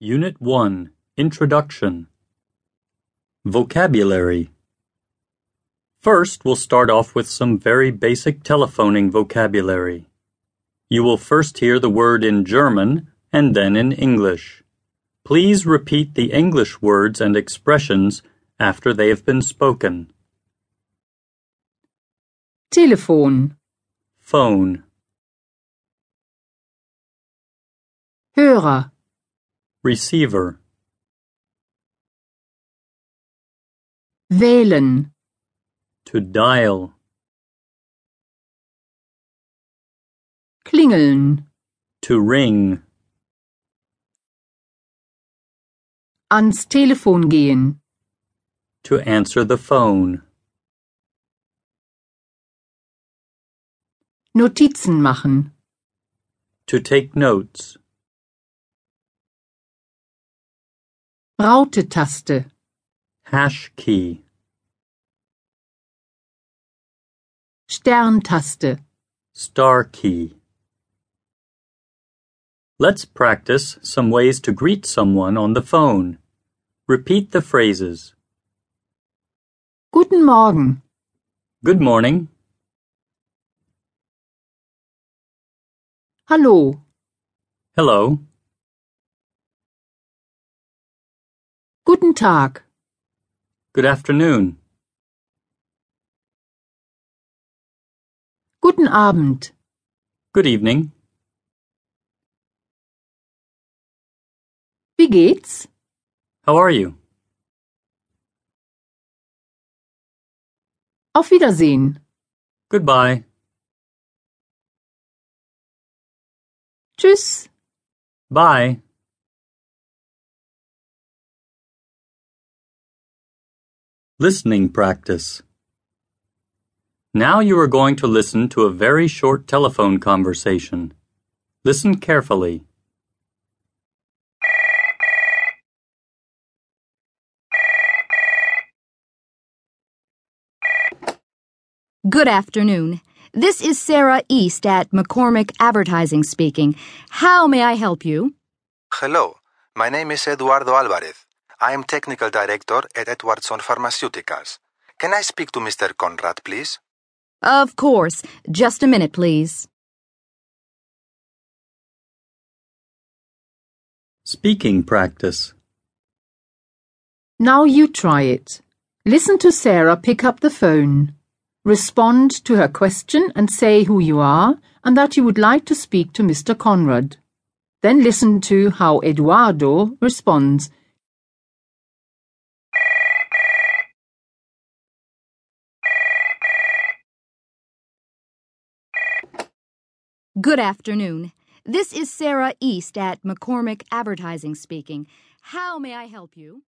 Unit One Introduction Vocabulary First, we'll start off with some very basic telephoning vocabulary. You will first hear the word in German and then in English. Please repeat the English words and expressions after they have been spoken. Telefon, Phone, Hörer, receiver, wählen, to dial, klingeln, to ring, ans Telefon gehen, to answer the phone, Notizen machen, to take notes. Raute-Taste, Hash key, Sterntaste, star key. Let's practice some ways to greet someone on the phone. Repeat the phrases. Guten Morgen, Good morning. Hallo, Hello. Guten Tag, Good afternoon. Guten Abend, Good evening. wie geht's? How are you? Auf Wiedersehen, Goodbye. tschüss. Bye. Listening practice. Now you are going to listen to a very short telephone conversation. Listen carefully. Good afternoon. This is Sarah East at McCormick Advertising speaking. How may I help you? Hello, my name is Eduardo Alvarez. I am Technical Director at Edwardson Pharmaceuticals. Can I speak to Mr. Conrad, please? Of course. Just a minute, please. Speaking practice. Now you try it. Listen to Sarah pick up the phone. Respond to her question and say who you are and that you would like to speak to Mr. Conrad. Then listen to how Eduardo responds. Good afternoon. This is Sarah East at McCormick Advertising speaking. How may I help you?